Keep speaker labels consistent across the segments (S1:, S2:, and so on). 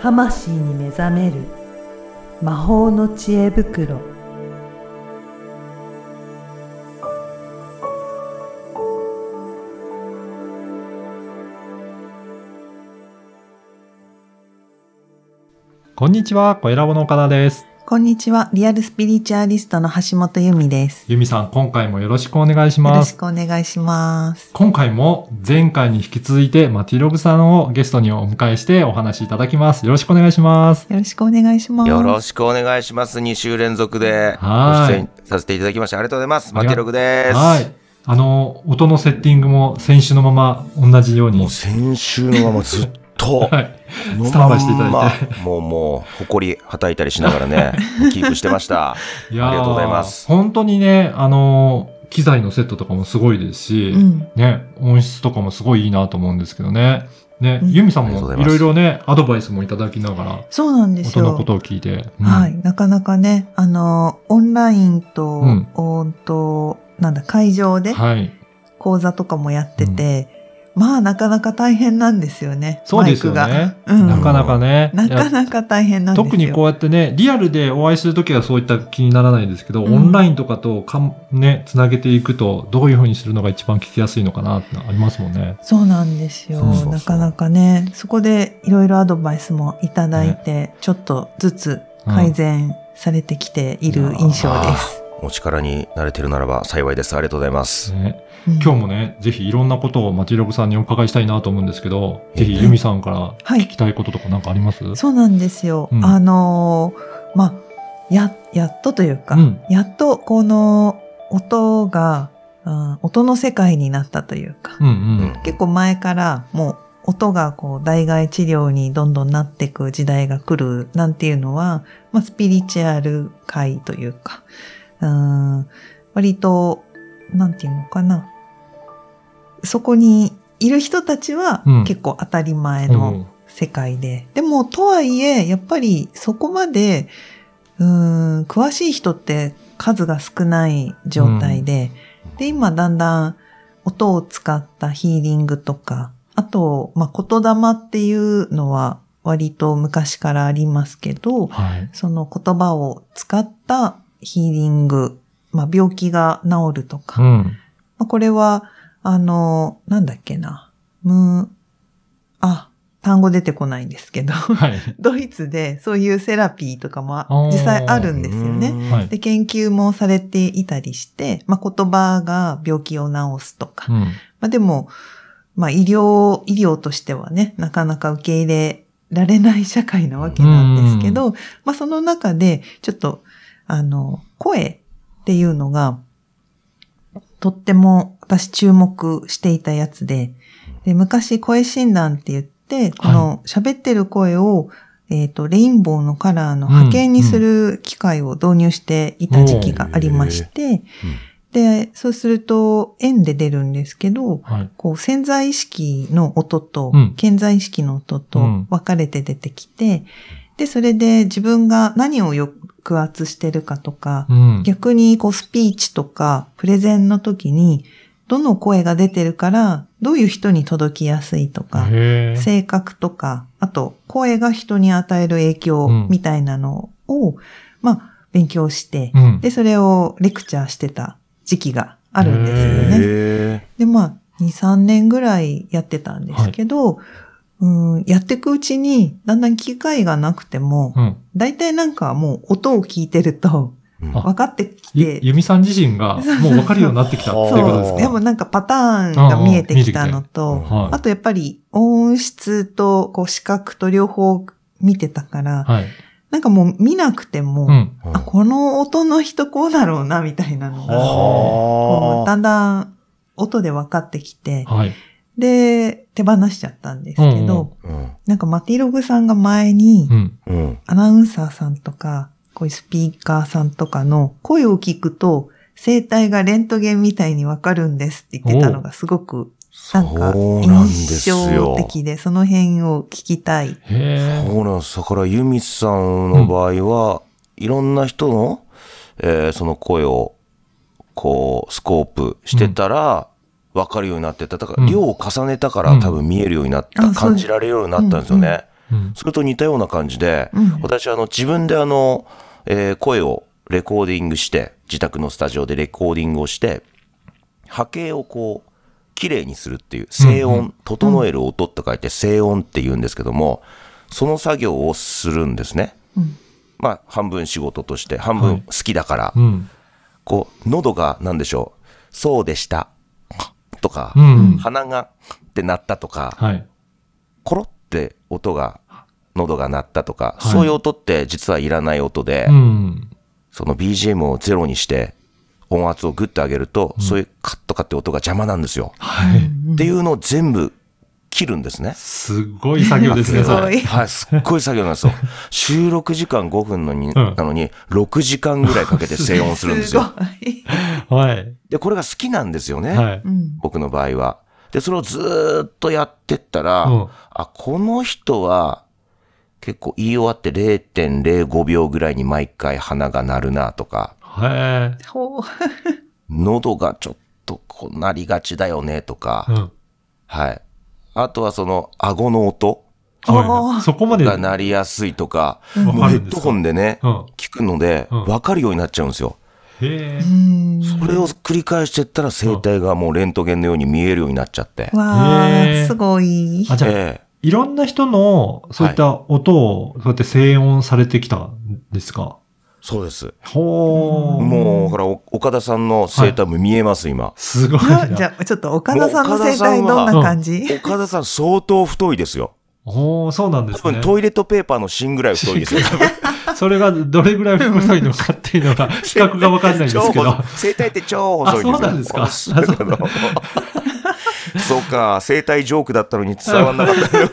S1: 魂に目覚める魔法の知恵袋
S2: こんにちは、小ラボの岡田です。
S3: こんにちは。リアルスピリチュアリストの橋本由美です。
S2: ゆみさん、今回もよろしくお願いし
S3: よろ
S2: ま
S3: し
S2: す。
S3: くお願いします。
S2: 今回も前回に引き続いて、マティログさんをゲストにお迎えしてお話しいただきます。よろしくお願いします。
S3: よろしくお願いします。
S4: よろ
S3: し
S4: しくお願いします。2週連続でご
S2: はい
S4: 出演させていただきましてありがとうございます。
S2: あ
S4: マ
S2: りが
S4: テログです。
S2: はい。あの、音のセッティングも先週のまま同じように
S4: もう、先週のままずっと、
S2: はい、
S4: の
S2: スタンバイしていただいて
S4: まんまもうもう、埃はたいたりしながらね、キープしてました。
S2: いやー
S4: ありがとうございます
S2: 本当にね、あの、機材のセットとかもすごいですし、
S3: うん。
S2: ね、音質とかもすごいいいなと思うんですけどね。ね、
S3: うん
S2: ユミさん
S4: ありがとうご
S2: も
S4: ざ
S2: い
S4: います
S2: ろいろね、アドバイスもいただきながら、
S3: そうなんです
S2: 音
S3: よ。
S2: のことを聞いて。うん
S3: はい。なかなかね、あの、オンラインと、
S2: うん
S3: おーんと、なんだ、会場で
S2: はい。
S3: 講座とかもやってて、まあ、なかなか大変なんですよね。
S2: そうですよ
S3: マイクが。
S2: ね。
S3: うん
S2: なかなかね。
S3: なか
S2: いや
S3: なか大変なんですよ。
S2: 特にこうやってね、リアルでお会いするときはそういった気にならないですけど、
S3: うん
S2: オンラインとかとかん、ね、つなげていくと、どういうふうにするのが一番聞きやすいのかなってのありますもんね。
S3: そうなんですよ。
S2: そうそうそう
S3: なかなかね、そこでいろいろアドバイスもいただいて、ちょっとずつ改善されてきている印象です。
S4: お力に慣れてるならば幸いです。ありがとうございます。
S2: ね
S3: うん
S2: 今日もね、ぜひいろんなことをマティログさんにお伺いしたいなと思うんですけど、
S4: え
S2: ぜひユミさんから
S3: はい
S2: 聞きたいこととかなんかあります
S3: そうなんですよ。
S2: うん
S3: あのーまあ、や、やっとというか、
S2: うん
S3: やっとこの音が、うん音の世界になったというか、
S2: うんう。
S4: うんん
S3: 結構前からもう音がこう代替治療にどんどんなっていく時代が来るなんていうのは、まあ、スピリチュアル界というか、うーん、割と、なんていうのかな。そこにいる人たちは
S2: うん
S3: 結構当たり前の世界で。でも、とはいえ、やっぱりそこまで、うーん、詳しい人って数が少ない状態で、で、今だんだん音を使ったヒーリングとか、あと、まあ、言霊っていうのは割と昔からありますけど、
S2: はい。
S3: その言葉を使ったヒーリング、まあ、病気が治るとか
S2: う、ん。
S3: まあ、これは、あの、なんだっけな、む、あ、単語出てこないんですけど、
S2: はい。
S3: ドイツでそういうセラピーとか
S2: おー
S3: も実際あるんですよね。
S4: うん
S2: はい。
S3: で、研究もされていたりして、まあ、言葉が病気を治すとか、
S2: うん。
S3: まあ、でも、まあ、医療、医療としてはね、なかなか受け入れられない社会なわけなんですけど、まあ、その中で、ちょっと、あの、声っていうのが、とっても私注目していたやつで、で昔声診断って言って、この喋ってる声を、えっ、と、レインボーのカラーの波形にする機械を導入していた時期がありまして、で、そうすると円で出るんですけど、
S2: はい。
S3: こう潜在意識の音と
S2: うん、
S3: 潜在意識の音と
S2: うん
S3: 分かれて出てきて、で、それで自分が何を抑圧してるかとか、
S2: うん。
S3: 逆にこうスピーチとかプレゼンの時に、どの声が出てるから、どういう人に届きやすいとか、
S2: へー
S3: 性格とか、あと声が人に与える影響
S2: うん
S3: みたいなのを、まあ、勉強して、
S2: うん。
S3: で、それをレクチャーしてた時期があるんですよね。
S4: へ
S3: で、まあ、2、3年ぐらいやってたんですけど、うん、やっていくうちに、だんだん機会がなくても、
S2: うん。
S3: 大体なんかもう音を聞いてると、
S4: ーうん
S2: あ
S3: 分かってき
S2: ゆ
S3: て、
S2: ゆみさん自身がもう分かるようになってきたっていうことです
S3: そ
S2: か
S3: う。でもなんかパターンが見えてきたの
S4: うんうん
S3: と
S4: 見えてき、
S2: は
S3: あとやっぱり音質とこう視覚と両方見てたから
S2: い。、はい。
S3: なんかもう見なくて
S2: う
S3: も、
S2: ん。
S3: あ、この音の人こうだろうな、みたいなの
S2: あ
S3: が、こうだんだん音で分かってきて、
S2: はい。
S3: で、手放しちゃったんですけ
S2: うん
S3: ど、
S4: うん
S3: なんかマティログさんが前に
S2: う、ん。
S4: うん。
S3: アナウンサーさんとか、こういうスピーカーさんとかの声を聞くと、声帯がレントゲンみたいにわかるんですって言ってたのがすごく、なんか
S4: そうなんです
S3: 印
S4: よ
S3: 象的で、その辺を聞きたい。
S2: へ
S4: そうなんです。だから、ユミさんの場合は、いろんな人の、えーその声を、こう、スコープしてたら、分かるようになってた。だか
S2: う
S4: ら、
S2: ん
S4: 量を重ねたか
S2: う
S4: ら
S2: ん
S4: 多分見えるようになった、
S3: あそう
S4: 感じられるようになったんですよね。
S2: うん
S4: それと似たような感じで、
S3: うん
S4: 私あの自分であの、えー声をレコーディングして、自宅のスタジオでレコーディングをして、波形をこう、綺麗にするっていう、静音、整える音って書いて静音って言うんですけども、その作業をするんですね。
S3: うん
S4: まあ、半分仕事として、半
S2: は
S4: 分
S2: い
S4: 好きだから、
S2: うん。
S4: こう、喉が、なんでしょう、そうでした、とか、
S2: うん。
S4: 鼻が、って鳴ったとか、
S2: はい。
S4: コロって音が、喉が鳴ったとか、
S2: はい
S4: そういう音って実はいらない音で、
S2: うん。
S4: その BGM をゼロにして、音圧をグッと上げると、そういうカッとかって音が邪魔なんですよ。
S2: はい。
S4: っていうのを全部切るんですね。
S2: すごい作業ですね、
S3: すご
S2: それ。
S3: い。
S4: はい、すっごい作業なん ですよ。収録時間5分のに、
S2: ん
S4: なのに、6時間ぐらいかけて静音する んですよ。
S3: ごい。
S2: はい。
S4: で、これが好きなんですよね。
S2: はい。
S3: うん。
S4: 僕の場合は。で、それをずーっとやってったら、
S2: うん
S4: あ、この人は、結構言い終わって0.05秒ぐらいに毎回鼻が鳴るなとか、
S2: は
S3: ほう。
S4: 喉がちょっとこうなりがちだよねとか、
S2: い。うん。
S4: はい。あとはその顎の音
S2: はい。そこまで。
S4: が鳴りやすいとか、
S2: ん
S4: もう
S2: わか
S4: ヘ
S2: るんで
S4: ッ
S2: すか
S4: ドホンでね、
S2: うん。
S4: 聞くので、
S2: うん
S4: わかるようになっちゃうんですよ。
S2: へえ
S3: う。ん。
S4: それを繰り返してったら声帯がもうレントゲンのように見えるようになっちゃって。
S3: わー、
S2: へー
S3: すごい。
S2: あ、じゃあ、
S4: ええ
S2: いろんな人の、そういった音を、そうやって静音されてきたんですか
S4: そうです。
S2: ほー。
S4: もう、ほら、お岡田さんの生態も見えます、今。
S2: すごいな。
S3: なじゃあ、ちょっと岡田さんの
S4: もう岡田
S3: 生
S4: さんは
S3: 態どんな感じ
S4: 岡田さん相当太いですよ。
S2: おー、そうなんで
S4: 多
S2: すね
S4: 分。トイレットペーパーの芯ぐらい太 いですよ。
S2: それがどれぐらい太いのかっていうのが、比較がわかんないんで
S4: 超
S2: すけど。
S4: 細い。生体って超細いんですよ。
S2: あそうなんですかあそうなんだ
S4: そうか、生体ジョークだったのに伝わんな かったよ。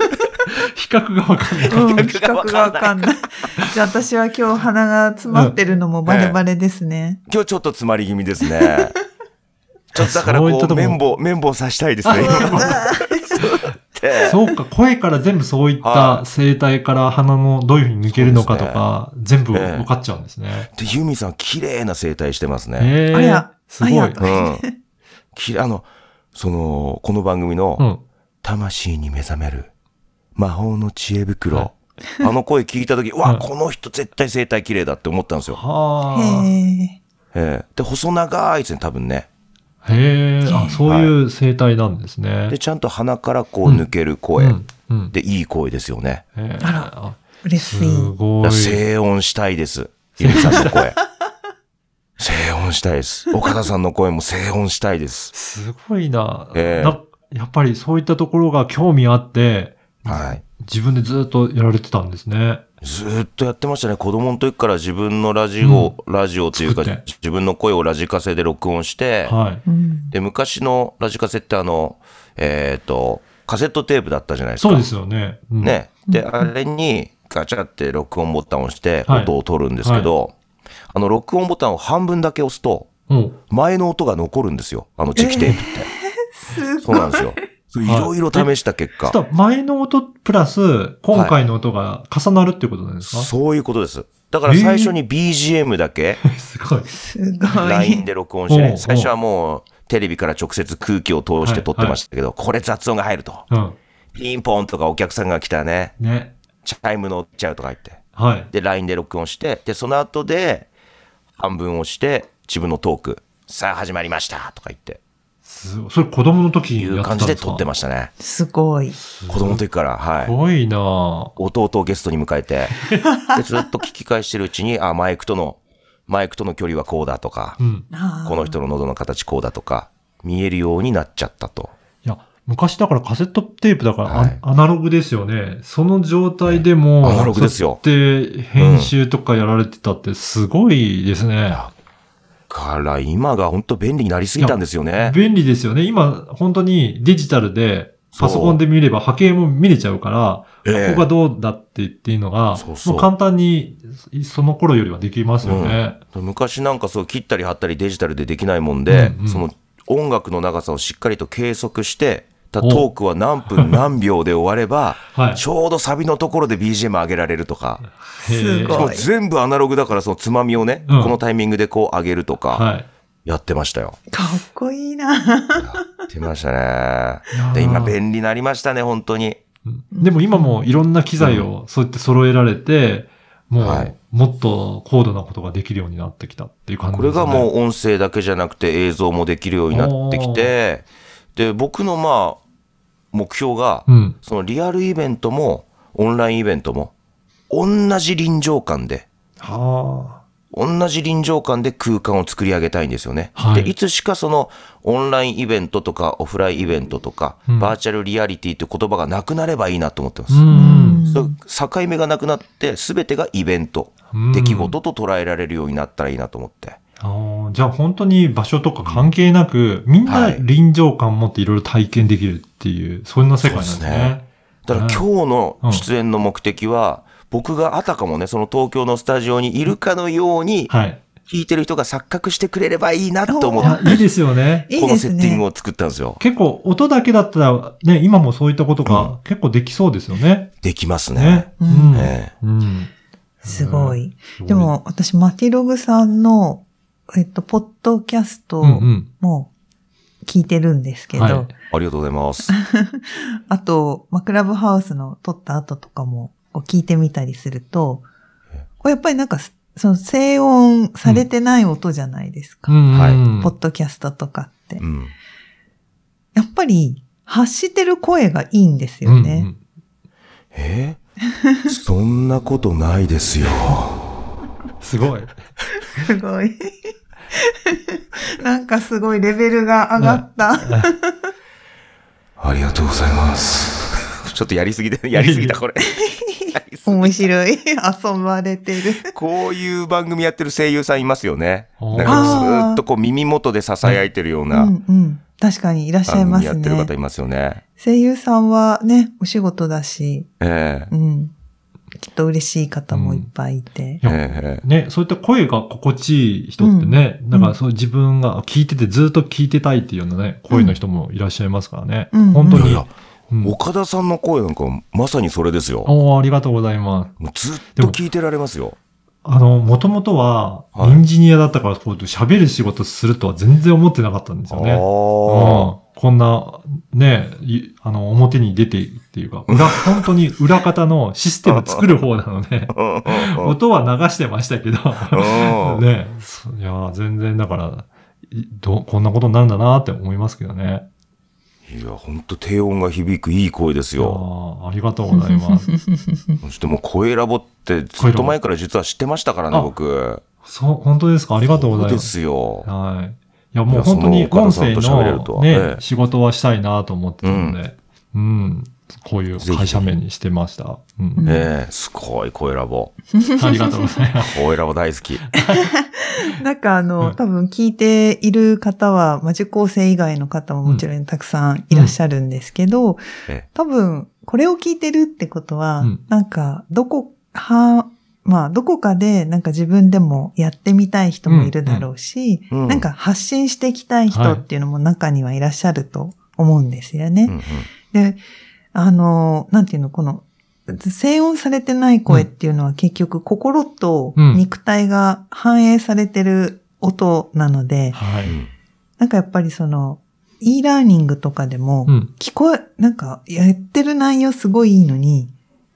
S2: 比較がわかんない。
S3: うん、比較がわかん ない。じゃあ私は今日鼻が詰まってるのもバレバレですね。
S4: 今日ちょっと詰まり気味ですね。ちょっとだから
S2: そういった
S4: こと
S2: こ
S4: う、綿棒、綿棒刺したいですね。今って
S2: そうか、声から全部そういった声帯から鼻のどういうふうに抜けるのかとか、全部分かっちゃうんですね。
S4: で、ユーミンさん、綺麗な生体してますね。
S2: え
S3: あ
S2: ー
S3: や、
S2: すご
S3: あ
S2: い
S3: や。
S4: うん。きあの、その、この番組の、
S2: うん。
S4: 魂に目覚める魔法の知恵袋、
S2: は
S4: あの声聞いた時
S2: は
S4: わ
S2: い
S4: あこの人絶対声帯綺麗だって思ったんですよ、
S2: は
S3: へ
S4: ええで細長いですね多分ね
S2: あ。へえ、あ、そういう生態なんですね。
S4: でちゃんと鼻からこう抜ける声、
S2: うん。うん。
S4: でいい声ですよね
S2: へー
S3: あ
S2: あ
S3: ー、嬉
S2: す
S3: しい。
S2: ごい。
S4: だから静音したいですゆみさん の声静音したいです岡田さんの声も静音したいです
S2: すごいな,、
S4: ええ
S2: な。やっぱりそういったところが興味あって、
S4: はい
S2: 自分でずっとやられてたんですね。
S4: ずーっとやってましたね子供の時から自分のラジオ、ラジオというか
S2: 作って
S4: 自分の声をラジカセで録音して、
S2: はい。
S3: うん。
S4: で、昔のラジカセってあの、えっ、と、カセットテープだったじゃないですか。
S2: そうですよね。うん、
S4: ね。で、
S3: うん
S4: あれにガチャって録音ボタンを押して
S2: はい
S4: 音を取るんですけど、あの、録音ボタンを半分だけ押すと、
S2: うん。
S4: 前の音が残るんですよ。あのチェキテープって。
S3: す
S4: そうなんですよ。そう い
S2: はい
S4: ろいろ試した結
S2: そ
S4: 果
S2: し、たら前の音プラス、今回の音が重なるっていうことなんですか、
S4: そういうことです。だから最初に BGM だけ、
S2: すごい。
S3: すごい。
S4: LINE で録音して
S2: おう
S4: ね、最初はもう、テレビから直接空気を通して撮ってましたけど、これ雑音が入ると。
S2: うん。
S4: ピンポンとかお客さんが来たらね、
S2: ね。
S4: チャイム乗っちゃうとか言って。
S2: はい。
S4: で、LINE で録音して、で、その後で、半分押して、自分のトーク、さあ始まりましたとか言って、
S2: すごいそれ子供の時に
S4: い
S2: やって
S4: う
S2: たん
S4: 感
S2: ですか
S4: じで撮ってましたね。
S3: すごい。
S4: 子供の時から、は
S2: す
S4: い。
S2: ごいなぁ
S4: 弟をゲストに迎えて、で、ずっと聞き返してるうちに、あ、マイクとの、マイクとの距離はこうだとか
S2: う、ん。
S3: あー
S4: この人の喉の形こうだとか、見えるようになっちゃったと。
S2: いや、昔だからカセットテープだから、あ
S4: はい
S2: アナログですよね。その状態でも、
S4: アナログですよ
S2: そうやって編集とかやられてたってすごいですね。
S4: から、今が本当便利になりすぎたんですよね。
S2: 便利ですよね。今、本当にデジタルで、
S4: そう
S2: パソコンで見れば波形も見れちゃうから、
S4: ええ
S2: ここがどうだってっていうのが、
S4: そうそう
S2: もう簡単に、その頃よりはできますよね。
S4: 昔なんかそう切ったり貼ったりデジタルでできないもんで、
S2: うんうん
S4: その音楽の長さをしっかりと計測して、たトークは何分何秒で終わ れば、
S2: はい。
S4: ちょうどサビのところで BGM 上げられるとか、
S2: へえ
S3: すごい
S4: もう全部アナログだからそのつまみをね、
S2: うん
S4: このタイミングでこう上げるとか、
S2: はい。
S4: やってましたよ。
S3: かっこいいな。
S4: やってましたね
S2: いや。ー
S4: で、今便利になりましたね、本当に。
S2: でも今もいろんな機材をそうやって揃えられて、もう、
S4: はい
S2: もっと高度なことができるようになってきたっていう感じ
S4: こ
S2: で
S4: れ
S2: すね。
S4: がもう音声だけじゃなくて映像もできるようになってきて、で、僕のまあ、目標が、
S2: うん。
S4: そのリアルイベントも、オンラインイベントも、同じ臨場感で、
S2: は
S4: 同じ臨場感で空間を作り上げたいんですよね。
S2: はい
S4: でいつしかそのオンラインイベントとかオフラインイベントとか、
S2: うん
S4: バーチャルリアリティという言葉がなくなればいいなと思ってます。
S2: あ。うん。
S4: そう境目がなくなって全てがイベント、
S2: うん
S4: 出来事と捉えられるようになったらいいなと思って。
S2: あーじゃあ本当に場所とか関係なく、みん
S4: は
S2: ない臨場感持っていろいろ体験できるっていう、そんな世界なんです
S4: そうです
S2: ね
S4: ね。だから今日
S2: うん
S4: の出演の目的は、僕があたかもね、その東京のスタジオにいるかのように、
S2: はい。
S4: 聞いてる人が錯覚してくれればいいなと思
S2: いや
S4: っ
S2: いいですよね。
S4: て、
S3: い
S4: こ
S3: い
S4: の
S3: で
S4: セ
S3: す
S4: ッティング
S3: ね。
S4: を作ったんですよ。
S2: 結構音だけだったら、ね、今もそういったことが結構できそうですよね。
S4: できますね。
S2: ね。
S3: う
S2: うんん。
S4: ね
S2: うん。
S3: すごい。
S2: すごい
S3: で、も、私、マティログさんの、えっと、ポッドキャスト
S2: うんうん。
S3: も聞いてるんですけど、
S2: はい
S4: ありがとうございます。
S3: あと、まあ、クラブハウスの撮った後とかも、こう聞いてみたりすると、こうやっぱりなんか、その静音されてない音じゃないですか。
S2: うんうん。
S4: はい
S3: ポッドキャストとかって。
S4: うん。
S3: やっぱり、発してる声がいいんですよね。
S2: うん
S4: え そんなことないですよ。
S2: うんすごい。
S3: すごい。 なんかすごいレベルが上がった。
S4: ありがとうございます。 ちょっとやりす ぎだ、やりすぎた、これ。やりすぎ
S3: 面白い。遊ばれてる。
S4: こういう番組やってる声優さんいますよね。
S2: おー
S4: なんかずーっとこう耳元で囁いてるよう
S3: う
S4: なん
S3: うん。確かにいらっしゃい
S4: 番
S3: ま
S4: 組や
S3: す
S4: ってる方
S3: ね。
S4: いますよね。
S3: 声優さんはね、お仕事だし、
S4: ええ
S3: うん。きっと嬉しい方もいっぱいいて。
S2: いや
S4: ええ
S2: ね、そういった声が心地いい人ってね、
S3: ん
S2: なんかそう自分が聞いててずっと聞いてたいっていうようなね、声の人もいらっしゃいますからね。
S3: うん
S2: 本当
S4: いやい
S2: に。
S4: や
S2: うん
S4: 岡田さんの声なんかまさにそれですよ。
S2: おーありがとうございます。
S4: もうずっと聞いてられますよ。
S2: あの、もともとは、
S4: はい
S2: エンジニアだったから、こう、喋る仕事するとは全然思ってなかったんです
S4: あ
S2: よね。うん
S4: あ。
S2: こんな、ね、いあの、表に出てっていうか、 裏、本当に裏方のシステム作る方なので、
S4: うんうんうん
S2: 音は流してましたけど、
S4: う ん
S2: ね、そいやー、全然だから、いど、こんなことになるんだなーって思いますけどね。
S4: いや、ほんと低音が響くいい声です
S2: いや
S4: よ。
S2: ーありがとうございます。
S4: そしてもう声ラボってずっと前から実は知ってましたからね、
S2: あ
S4: 僕。
S2: そう、本当ですかありがとうござい
S4: で
S2: ます。
S4: すよ。
S2: はい。いや、もう
S4: いやそ
S2: 本
S4: の
S2: 当に音声
S4: 岡田さんと喋れると
S2: の
S4: は
S2: ね、
S4: ええ
S2: 仕事はしたいなと思ってたので、うん、こういう会社名にしてました。うん。
S4: ええ、すごい声ラボ。
S2: ありがとうございます。
S4: 声ラボ大好き。
S3: なんかあの、
S2: うん
S3: 多分聞いている方は、まあ、受講生以外の方ももちろんたくさんいらっしゃるんですけど、
S4: ええ
S3: 多分これを聞いてるってことは、
S2: うん
S3: なんかどこは、まあどこかでなんか自分でもやってみたい人もいるだろうし、
S4: うんうん
S3: なんか発信していきたい人っていうのも中にはいらっしゃると思うんですよね。
S4: うんうん
S3: で、あの、なんていうの、この、静音されてない声っていうのは結局心と
S2: うん
S3: 肉体が反映されてる音なので、
S2: はい。
S3: なんかやっぱりその、e ラーニングとかでも
S2: う、ん。
S3: 聞こえ、なんかやってる内容すごいいいのに、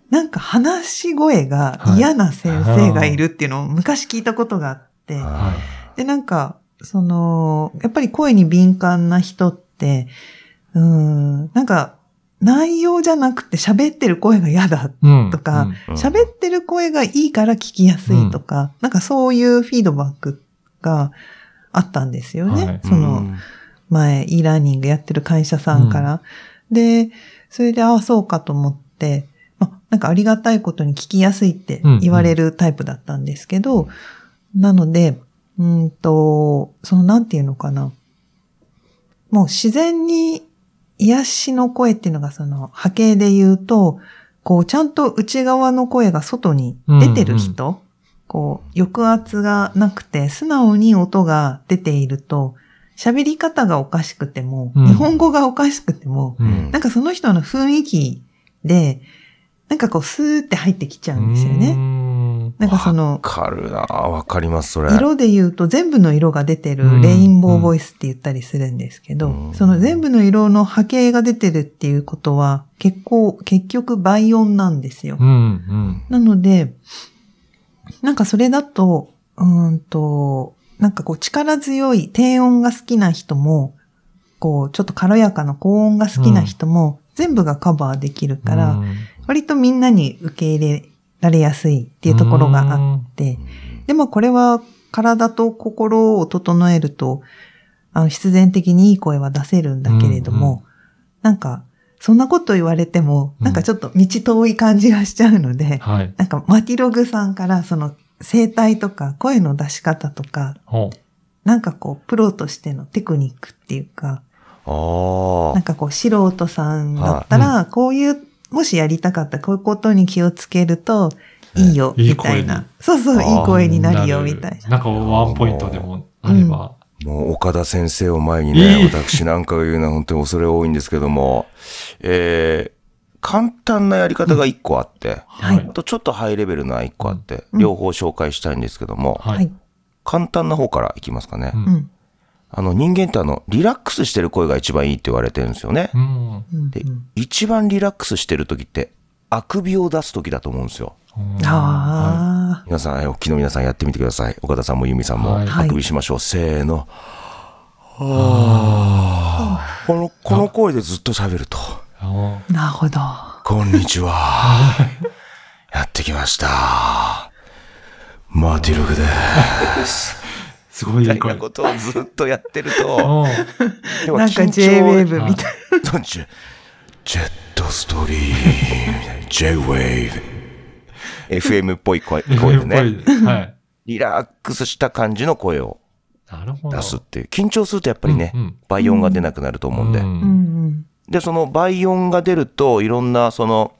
S3: なんか話し声が嫌な先生がいるっていうのを昔聞いたことがあって、
S2: は
S3: で、なんか、その、やっぱり声に敏感な人って、うーん、なんか、内容じゃなくて喋ってる声が嫌だ。
S2: い。うん。
S3: とか
S2: うん
S4: うん
S3: 喋ってる声がいいから聞きやすいとか、なんかそういうフィードバックがあったんですよね。
S2: はい
S3: その、
S4: うん
S3: 前、e ラーニングやってる会社さんから。で、それで、ああ、そうかと思って、まあ、なんかありがたいことに聞きやすいって言われるタイプだったんですけど、
S4: うん
S3: なので、うんと、その、なんていうのかな。もう自然に癒しの声っていうのがその波形で言うと、こうちゃんと内側の声が外に出てる人、こう抑圧がなくて素直に音が出ていると、喋り方がおかしくても、
S2: うん
S3: 日本語がおかしくても、
S2: うん。
S3: なんかその人の雰囲気で、なんかこうスーって入ってきちゃうんですよね。
S2: ね。
S3: なんかその
S4: わ、かるなわかります、それ。
S3: 色で言うと全部の色が出てるレインボーボイスって言ったりするんですけど、
S4: うん
S3: その全部の色の波形が出てるっていうことは結構、結局倍音なんですよ。
S2: うんうん。
S3: なので、なんかそれだと、うーんと、なんかこう力強い低音が好きな人も、こうちょっと軽やかな高音が好きな人も、全部がカバーできるから、
S2: うん、
S3: 割とみんなに受け入れられやすいっていうところがあっ
S2: あ
S3: て、でもこれは体と心を整えると、あの、必然的にいい声は出せるんだけれども、
S2: うんう
S3: なんか、そんなこと言われても、
S2: うん
S3: なんかちょっと道遠い感じがしちゃうので、
S2: はい。
S3: なんかマティログさんからその声帯とか声の出し方とか、
S2: ほ
S3: なんかこう、プロとしてのテクニックっていうか、
S4: あ
S3: なんかこう、素人さんだったら、こういう、もしやりたかったらこういうことに気をつけると、いいよ、
S2: えいい
S3: みたい
S2: 声
S3: な
S2: に。
S3: そうそう、
S4: あー
S3: いいう声になるよ、みたいな。
S2: なんかワンポイントでもあれば。
S4: あ。もう岡田先生を前にね、
S2: いい
S4: 私なんかが言うのは本当に恐れ多いんですけども、えー、簡単なやり方が一個あって、
S3: はい
S4: あとちょっとハイレベルな一個あって、
S3: うん
S4: 両方紹介したいんですけども、
S2: は
S3: はいい。。
S4: 簡単な方からいきますかね。
S2: うん
S3: うん。
S4: あの人間ってあの、リラックスしてる声が一番いいって言われてるんですよね。
S2: うん。
S3: うん
S4: で、一番リラックスしてる時って、あくびを出す時だと思うんですよ。
S2: うん
S3: ああ、
S4: 皆さん、えお聞きの皆さんやってみてください。岡田さんも由美さんも、
S2: はい
S4: あくびしましょう。せーの。あーこの、この声でずっと喋ると。
S2: あ
S3: なるほど。
S4: こんにちは。やってきました。マーティルグです。
S2: ーすごい
S4: み
S2: い
S4: た
S2: い
S4: い
S2: 声。
S4: な
S2: うん
S4: ことをずっとやってる と、要は
S3: なんか
S4: 緊張
S3: J-Wave みたいな。
S4: なんちゅうジェットストリーム、J-Wave。FM っぽい声声でね、
S2: はい。
S4: リラックスした感じの声を
S2: なるほど。
S4: 出すっていう。緊張するとやっぱりね、
S2: うんうん
S4: 倍音が出なくなると思うんで。
S2: うん
S3: うんうん。
S4: で、その倍音が出ると、いろんなその、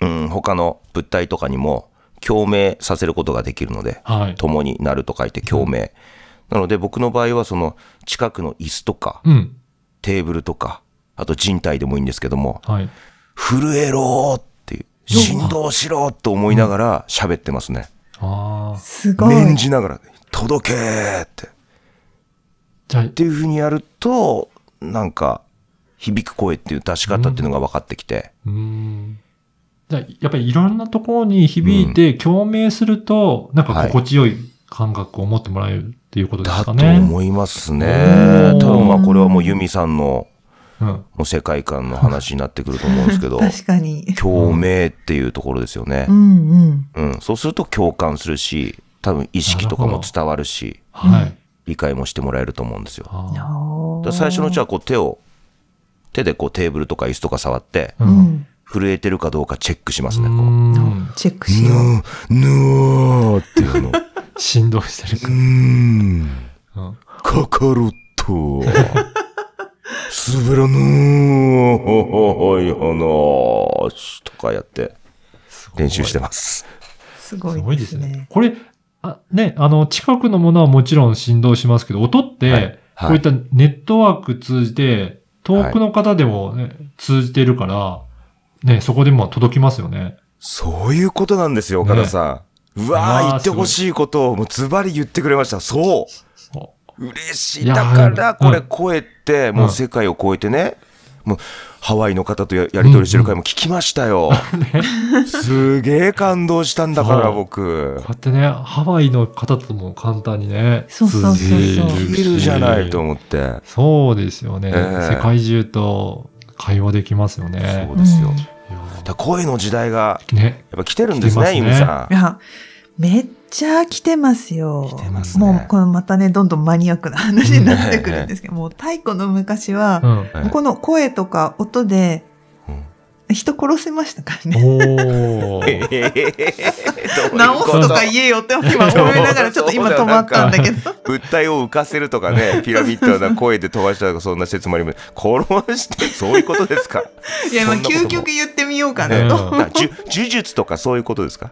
S4: うん、他の物体とかにも共鳴させることができるので、
S2: はい。
S4: 共になると書いて共鳴。なので僕の場合はその近くの椅子とか
S2: うん。
S4: テーブルとか、あと人体でもいいんですけども、
S2: はい。
S4: 震えろーっていう、振動しろーと思いながら喋ってますね。
S2: ああ。
S3: すごい。
S4: 念じながら、届けーって。
S2: じゃあ
S4: っていうふうにやると、なんか、響く声っていう出し方っていうのが分かってきて、
S2: うーんじゃあやっぱりいろんなところに響いて共鳴すると、なんか心地よい感覚を持ってもらえるっていうことです
S4: だと
S2: かね。
S4: 思いますね
S2: おー。
S4: 多分まあこれはもうユミさんの
S2: うん。
S4: もう世界観の話になってくると思うんですけど、
S3: 確かに。
S4: 共鳴っていうところですよね
S3: う。んうん。
S4: うん。そうすると共感するし、多分意識とかも伝わるし、
S2: はい。
S4: 理解もしてもらえると思うんですよ。
S2: あ
S3: お
S4: だ
S3: ー
S4: から最初のうちはこう手を、手でこうテーブルとか椅子とか触って、
S2: ーう。
S3: うんん。
S4: 震えてるかどうかチェックします
S2: う
S4: ね、こう。
S2: ーん。
S3: チェックしよう。
S4: ぬー、ぬーっていうの。う
S2: 振動してるか
S4: ーん、
S2: ら。うん
S4: カカロット。滑らぬー、はい、話とかやって
S2: すごい
S4: 練習してます。
S3: す
S2: す
S3: ご
S2: ごい
S3: い
S2: で
S3: ですす
S2: ね
S3: ね。。
S2: これ、あね、あの、近くのものはもちろん振動しますけど、音って、
S4: はいはい
S2: こういったネットワーク通じて、遠くの方でも、ね通じてるから、ね、そこでも届きますよね。
S4: そういうことなんですよ、岡田さん。うわ
S2: あ
S4: ー
S2: ー、
S4: 言ってほしいことをもうズバリ言ってくれました。そう嬉しい。
S2: いや
S4: だ
S2: ー
S4: から、こ
S2: う
S4: れ、
S2: ん
S4: 声って、もう世界を超えてね、もう、ハワイの方とややり取りしてる回も聞きましたよ。すげえ感動したんだから、
S2: そう
S4: 僕
S2: こう。やってね、ハワイの方とも簡単にね、
S3: そうそうそうそう
S2: 通
S4: い
S2: じ
S4: るじゃないと
S2: し
S4: 思って。
S2: そうですよね、
S4: ええ
S2: 世界中と会話できますよね
S4: そう。ですよ。
S3: うん
S2: いや
S4: だ声の時代が、
S2: ね。
S4: やっぱ来てるんですね、
S2: 来て
S4: ゆ
S2: ますね
S4: みさ
S3: いや、めっちゃ来てますよ。
S4: 来てますね
S3: もう、このまたね、どんどんマニアックな話になってくるんですけど、もう太古の昔
S2: う
S3: は、
S2: ん。
S4: ん。
S3: この声とか音で
S4: うん
S3: 人殺せましたからね。
S2: お
S4: え
S2: ー。
S4: え
S3: 直すと か言えよって今思いながらちょっと今止まったんだけど。
S4: 物体を浮かせるとかね、ピラミッドな声で飛ばしたとか、そんな説もあります。殺して、そういうことですか
S3: いや、まあ
S4: そんなことも
S3: 究極言ってみようか
S2: ええ
S3: なと。
S4: だから呪呪術とかそういうことですか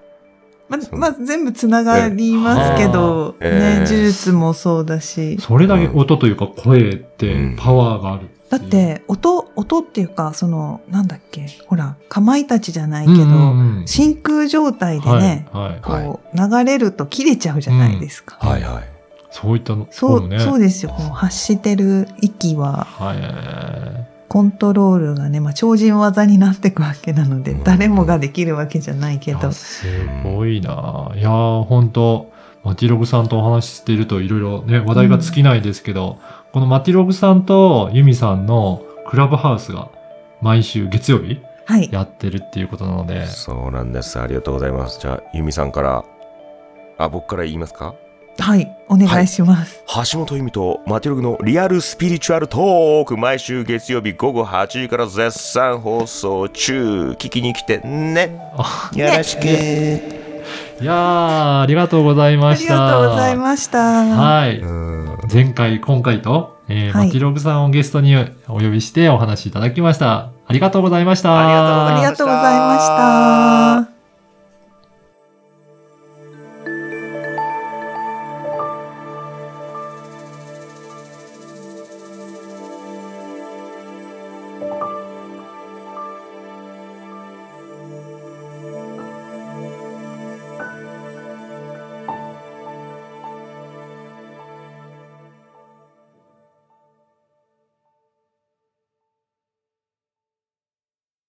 S3: まあ、まあ、全部つながりますけど、
S4: ええ
S3: ね、
S4: ええ
S3: 呪術もそうだし。
S2: それだけ音というか声ってパワーがある
S3: だって
S2: いう
S3: て、音、音っていうか、その、なんだっけ、ほら、かまいたちじゃないけ
S2: う
S3: ど、
S2: んうんうん
S3: 真空状態でね、
S2: はいはい、
S4: はい
S3: こう、流れると切れちゃうじゃないですか。
S4: はいはい。
S2: そういったの
S3: そ
S2: も
S3: う、
S2: ね
S3: そうですよ。こう発してる息は、
S2: はいえ
S3: コントロールがね、まあ、超人技になっていくわけなので、
S4: うん
S3: 誰もができるわけじゃない
S2: ー
S3: けど
S2: いや、すごいないやー本当マティログさんとお話ししているといろいろね話題が尽きないですけど、このマティログさんとユミさんのクラブハウスが毎週月曜日
S3: はい。
S2: やってるっていうことなので
S4: そうなんです。ありがとうございます。じゃあ、由美さんから、あ、僕から言いますか
S3: はい。お願いします。
S4: 橋本由美とマティログのリアルスピリチュアルトーク毎週月曜日午後8時から絶賛放送中聞きに来てねよろしく、、
S2: いやーありがとうございま
S3: あ
S2: し
S3: り
S2: た
S3: がとうございました。
S2: はいう
S4: ん
S2: 前回、今回と、えー
S3: はい
S2: マキロブさんをゲストにお呼びしてお話しいただきました。ありがとうございました。
S4: ありがとうございました
S3: ありがとうございました。